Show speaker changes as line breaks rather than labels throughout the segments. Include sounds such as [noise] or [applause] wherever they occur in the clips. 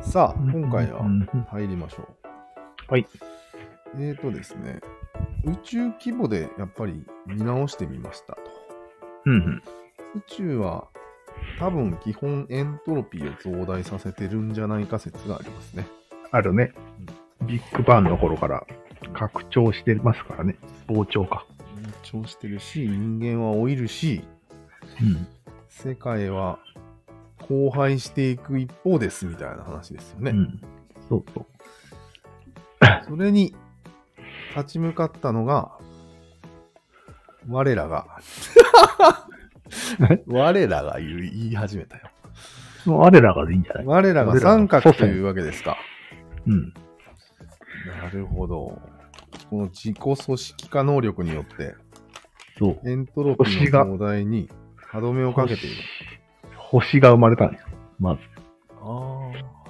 さあ、今回は
うん
入りましょう。
はい。
えーとですね、宇宙規模でやっぱり見直してみましたと。
うんうん。
宇宙は多分基本エントロピーを増大させてるんじゃないか説がありますね。
あるね。ビッグバンの頃から拡張してますからね。膨張か。
緊張してるし、人間は老いるし、
うん。
世界は荒廃していく一方ですみたいな話ですよね。
うん。そうそう。
それに立ち向かったのが、我ら [laughs] が
え、
[laughs] 我らが言う言い始めたよ。
その我らがでいいんじゃない
我らが三角というわけですか。
うん。
なるほど。この自己組織化能力によって、
そう。
エントロピーの問題に歯止めをかけている。
星が生まれたんですよ。まず。
ああ。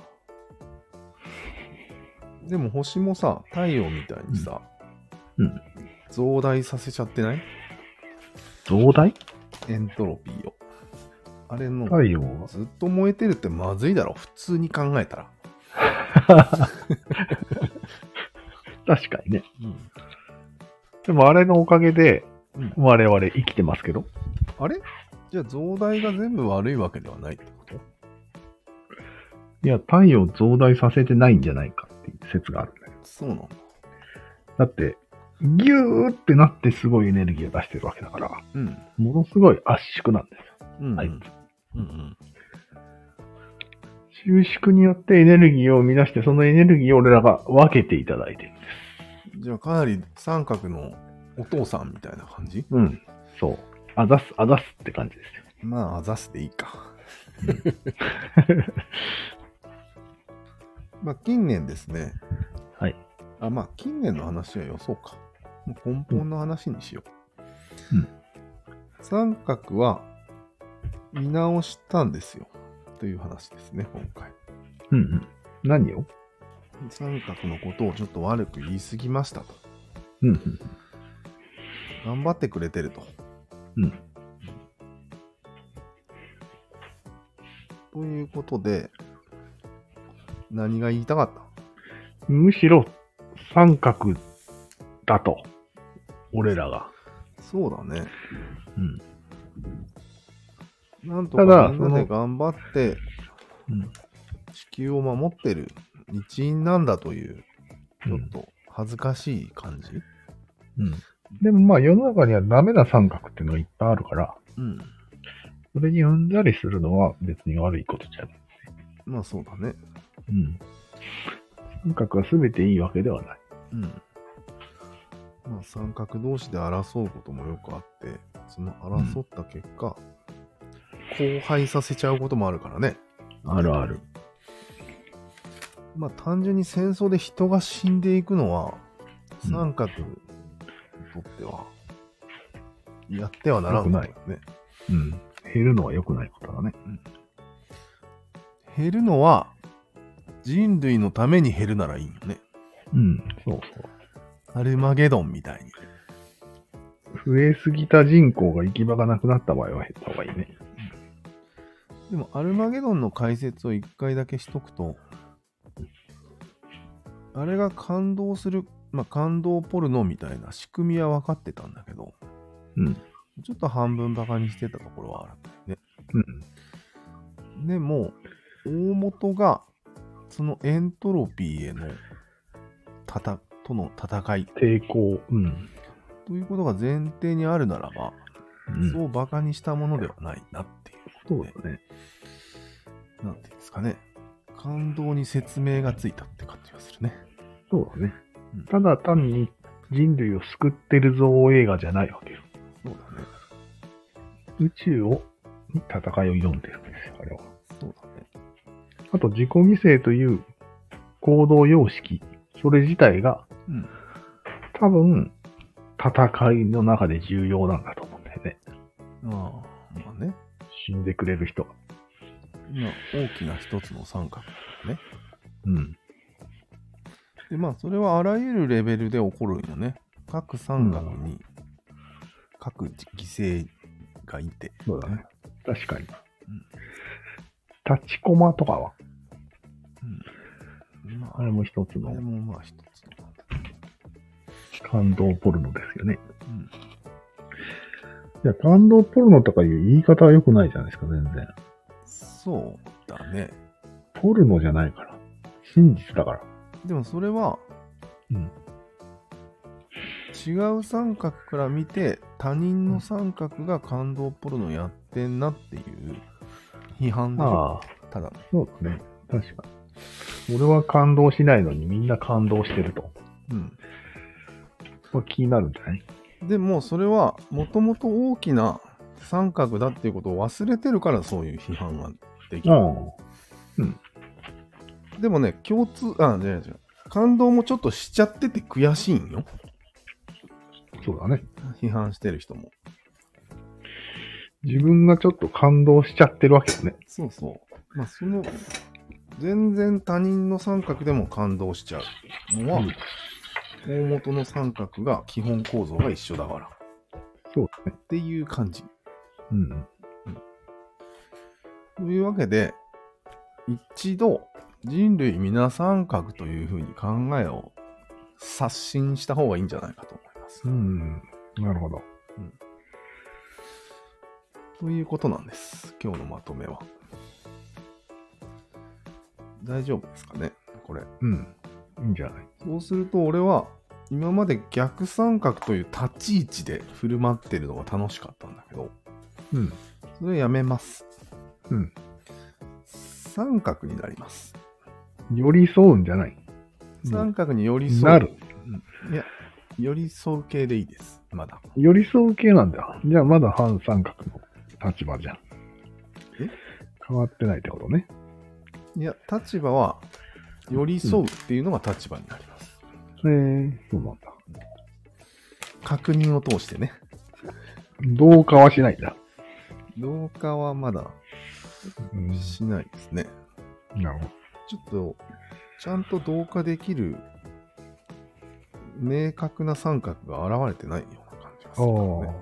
でも星もさ、太陽みたいにさ、
うんうん
増大させちゃってない
増大
エントロピーを。あれの、
太陽は。
ずっと燃えてるってまずいだろ、普通に考えたら。
確かにね。
うん
でもあれのおかげで、
うん
我々生きてますけど。
あれじゃあ増大が全部悪いわけではないってこと
いや、太陽増大させてないんじゃないかっていう説があるんだよ。
そうなの
だって、ギューってなってすごいエネルギーを出してるわけだから、
うん。
ものすごい圧縮なんですよ。
うん、うん。
あい
うんうん。
収縮によってエネルギーを生み出して、そのエネルギーを俺らが分けていただいてるんで
じゃあかなり三角のお父さんみたいな感じ
す。うん。そう。あざす、あざすって感じですよ。
まあ、あざすでいいか。まあ、近年ですね。
はい。
あ、まあ、近年の話はよそうか。もう根本の話にしよう。
うん
三角は見直したんですよ。という話ですね、今回。
うんうん。何を
三角のことをちょっと悪く言いすぎましたと。
うんうん。
頑張ってくれてると。
うん。
ということで、何が言いたかった
むしろ、三角だと。俺らが。
そうだね。
うん。
なんと
ただ
かみんなで
そ
頑張って
うん。
地球を守ってる一員なんだという、ち
う
ょ
ん
っと恥ずかしい感じ。
うん。でもまあ世の中にはダメな三角っていうのがいっぱいあるから、
うん。
それにうんざりするのは別に悪いことじゃない。
まあそうだね。
うん。三角は全ていいわけではない。
うん。まあ三角同士で争うこともよくあって、その争った結果、荒廃させちゃうこともあるからね。
あるある。
まあ単純に戦争で人が死んでいくのは、
うん
三角にとっては、やってはならんことだよね。
うん。減るのは良くないことだね。
減るのは、人類のために減るならいいよね。
うん。そう
アルマゲドンみたいに。
そう。増えすぎた人口が行き場がなくなった場合は減った方がいいね。
でも、アルマゲドンの解説を一回だけしとくと、あれが感動する、まあ、感動ポルノみたいな仕組みは分かってたんだけど、
うん。
ちょっと半分バカにしてたところはあるんだよね。
うん。
でも、大元が、そのエントロピーへの、たた、との戦い、
抵抗。うん。
ということが前提にあるならば、
うん、
そうバカにしたものではないなっていう、
そうだね。
なんていうんですかね。感動に説明がついたって感じがするね。
そうだね
うん。
ただ単に人類を救ってるぞ映画じゃないわけよ。
そうだね。
宇宙を、に戦いを挑んでるんですよ、あれは。
そうだね。
あと自己犠牲という行動様式、それ自体が
うん。
多分戦いの中で重要なんだと思うんだよね。
まあ、まあね。
死んでくれる人が。
まあ、大きな一つの三角だからね。
うん。
で、まあ、それはあらゆるレベルで起こるんよね。各三角に、各犠牲がいて。
そうだね。確かに
ん。
立ちコマとかは
うん
あれも一つ
あれ
の
もまあ一つの。
感動ポルノですよね。
うん
いや、感動ポルノとかいう言い方は良くないじゃないですか、全然。
そうだね。
ポルノじゃないから。真実だから。
でもそれは、
うん
違う三角から見て他人の三角が感動ポルノやってんなっていう批判でしょ
ああ、
ただの
そうですね。確かに。俺は感動しないのにみんな感動してると。
うん
これ気になるんじゃない
でもそれはもともと大きな三角だっていうことを忘れてるからそういう批判ができる、
う
でもね共通あじゃあじゃあ感動もちょっとしちゃってて悔しいんよ
ん。そうだね。
批判してる人も
自分がちょっと感動しちゃってるわけよね。
そうそう。まあ、その、全然他人の三角でも感動しちゃうのは、
うん
大元の三角が基本構造が一緒だからっ
そうだね。
ていう感じ。
うん。
というわけで、一度人類皆三角というふうに考えを刷新した方がいいんじゃないかと思います。
うん。なるほど。
ということなんです。今日のまとめは。大丈夫ですかねこれ。
うん。いいんじゃない
そうすると俺は今まで逆三角という立ち位置で振る舞ってるのが楽しかったんだけど、
うん。
それをやめます。
うん。
三角になります。
寄り添うんじゃない
三角に寄り添う。
なる。
いや、寄り添う系でいいです。まだ。
寄り添う系なんだ。じゃあまだ半三角の立場じゃん。
え
変わってないってことね。
いや、立場は寄り添うっていうのが立場になります。
えー、そうなんだ。
確認を通してね。
同化はしないんだ。
同化はまだ
うん
しないですね。
なるほ
ちょっと、ちゃんと同化できる、明確な三角が現れてないような感じがするから
ど。
ね。
あ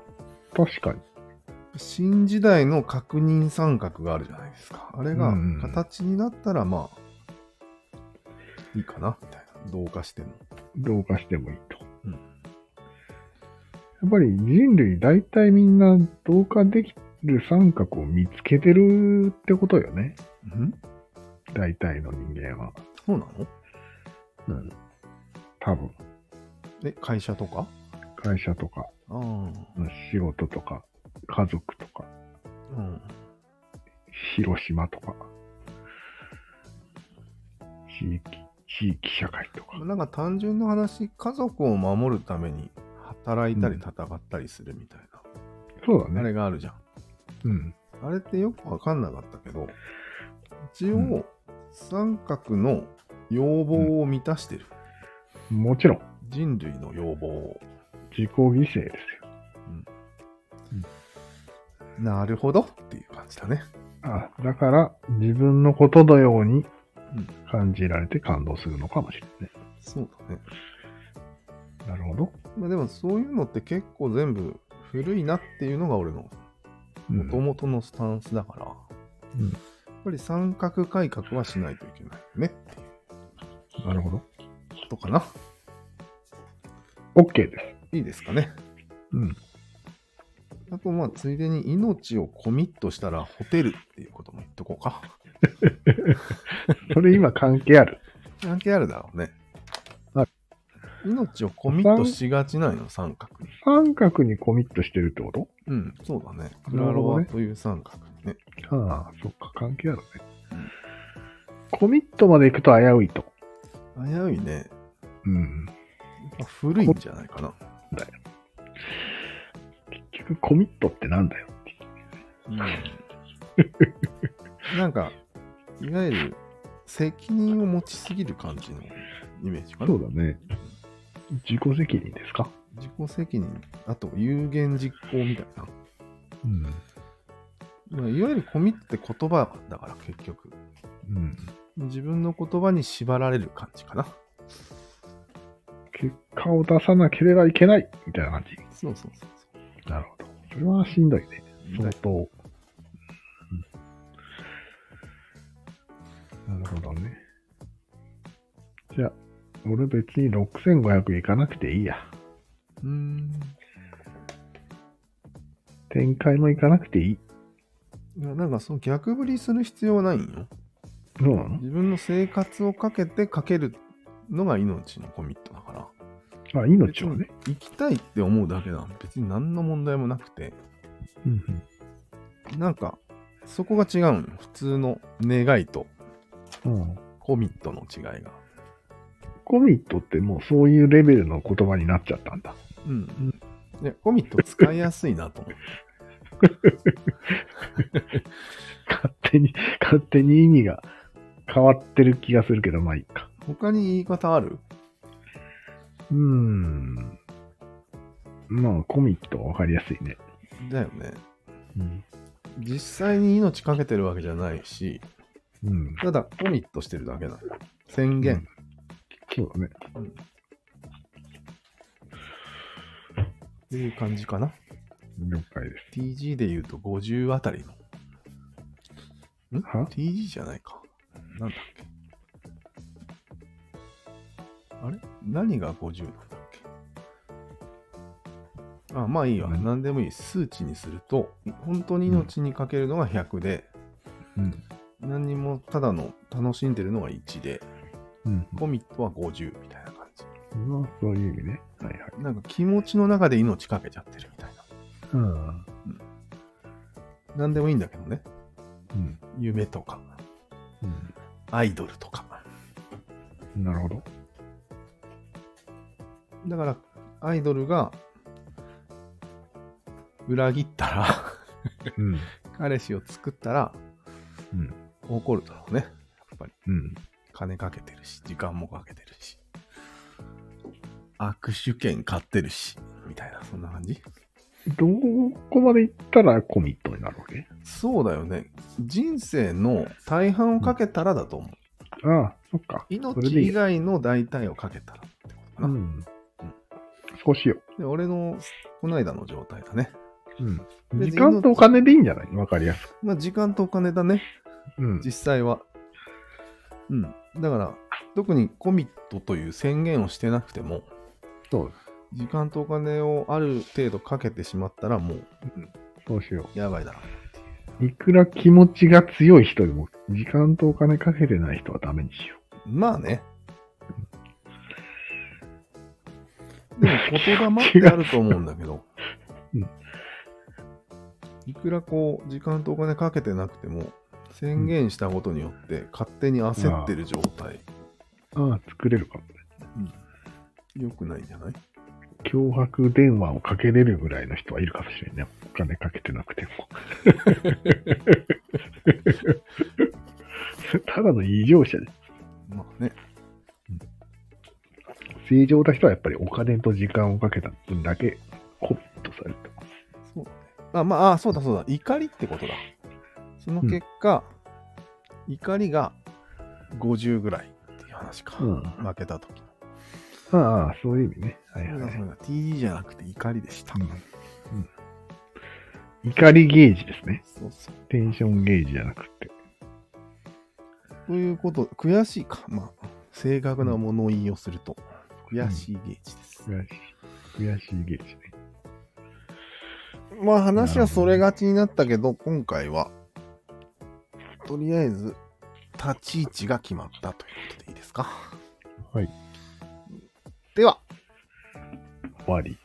あ、確かに。
新時代の確認三角があるじゃないですか。あれが
うん
形になったら、まあ、いいかな、みたいな。同化しても。
同化してもいいと。
うん
やっぱり人類大体みんな同化できる三角を見つけてるってことよね。
ん
大体の人間は。
そうなの
うん。多分、
え、会社とか
会社とか、
ああ、うん。
仕事とか、家族とか、広島とか、地域、地域社会とか。
なんか単純な話、家族を守るために働いたり
うん
戦ったりするみたいな。
そうだ
あ
ね。
れがあるじゃん。
うん。
あれってよくわかんなかったけど、一
う
応
ん、
三角の要望を満たしてる。
もちろん、
人類の要望を。
自己犠牲ですよ。
なるほどっていう感じだね。
あだから、自分のことのように
うん
感じられて感動するのかもしれないね。
そうだね。
なるほど。
まあ、でもそういうのって結構全部古いなっていうのが俺の
うん
元々のスタンスだから、
うん
やっぱり三角改革はしないといけないよねっていう
なるほど。
ことかな。
OK です。
いいですかね。
うん。
あとまあついでに命をコミットしたらホテルっていうことも言っとこうか。
それ今関係あ
[laughs]
る。
関係あるだろうね。
あ
命をコミットしがちないの、三角に。
三角にコミットしてるってこ
うん、そうだね。ク
な
ラ
る
ロ
ほど
ワ
ね
という三角にね。
とああ、そっか、関係あるね
うん。
コミットまで行くと危ういと。
危ういね。
うん。
まあ古いんじゃないかな。
結局、コミットってなんだよ。 [laughs]
うん、なんか、いわゆる責任を持ちすぎる感じのイメージかな。
だね。自己責任ですか
自己責任、あと有言実行みたいな。
うん。
まあいわゆるコミットって言葉だから結局。
うん。
自分の言葉に縛られる感じかな。
結果を出さなければいけないみたいな感じ。
そうそうそうそう。
なるほど。それはしんどいね。相当。うんなるほどね。じゃあ、俺別に6500いかなくていいや。
うーん。
展開もいかなくていい。
いやなんかその逆振りする必要はないんよ。
どうなの
自分の生活をかけてかけるのが命のコミットだから。
あ、命をね。
行きたいって思うだけだ。別に何の問題もなくて。
うんうん。
なんか、そこが違うんよ。普通の願いと
うん
コミットの違いが。
コミットってもうそういうレベルの言葉になっちゃったんだ。
うん。で、コミット使いやすいなと思って。
勝手に、勝手に意味が変わってる気がするけど、まあいいか。
他に言い方ある
うーん。まあ、コミットはわかりやすいね。
だよね。
うん。
実際に命かけてるわけじゃないし、
うん。
ただコミットしてるだけだ。宣言。
そうだね。
っていう感じかな。
了解です。
TG で言うと50あたりの。
は
TG じゃないか。なんだっけ。あれ何が50なんだっけあ、まあいいわ。
うん
何でもいい。数値にすると、本当に命にかけるのが100で、
うん。
何にもただの楽しんでるのが1で、
うん。
コミットは50みたいな感じ。
まあ、そういう意味ね。はいはい。
なんか気持ちの中で命かけちゃってるみたいな。
うん。
何でもいいんだけどね。
うん。
夢とか、アイドルとか。
うん。なるほど。
だから、アイドルが裏切ったら、
うん。
彼氏を作ったら
うん。
怒るだろうね。やっぱり
うん。
金かけてるし、時間もかけてるし、握手券買ってるし、みたいな、そんな感じ。
どこまで行ったらコミットになるわけ
そうだよね。人生の大半をかけたらだと思う。
ああ、そっか。それで
命
いい
以外の大体をかけたらってこと
う
かな。
ん。そうしよ
で俺のこの間の状態だね。
う。うん。
で
時間とお金でいいんじゃないわかりやすく。
まあ時間とお金だね。
うん。
実際は。うん。だから、特にコミットという宣言をしてなくても、
そう
時間とお金をある程度かけてしまったら、もう、
そうしよ
やばいだろ
う。いくら気持ちが強い人でも、時間とお金かけてない人はダメにしよ、
う。まあね。でも、言霊ってあると思うんだけど
[laughs] うん
いくらこう、時間とお金かけてなくても、宣言したことによって、勝手に焦ってる状態、
う。ああ、作れるかもね。
良くないんじゃない
脅迫電話をかけれるぐらいの人はいるかもしれんね。お金かけてなくても。 [laughs] ただの異常者で。
まあね。
正常な人はやっぱりお金と時間をかけた分だけコミットされてます。
そうだね。あ、まあ、あそうだそうだ。怒りってことだ。その結果、怒りが50ぐらいっていう話か。
うん
負けたとき。
ああ、そういう意味ね。はい
そう
は
だそ
い。
うだ。TD じゃなくて怒りでした。
うん怒りゲージですね。
そうそう。
テンションゲージじゃなくて。
ということ、悔しいか。まあ、正確な物言いをすると、悔しいゲージです。
悔しい。悔しいゲージね。
まあ話はそれがちになったけど、今回は、とりあえず、立ち位置が決まったということでいいですか。
はい。
では。
終わり。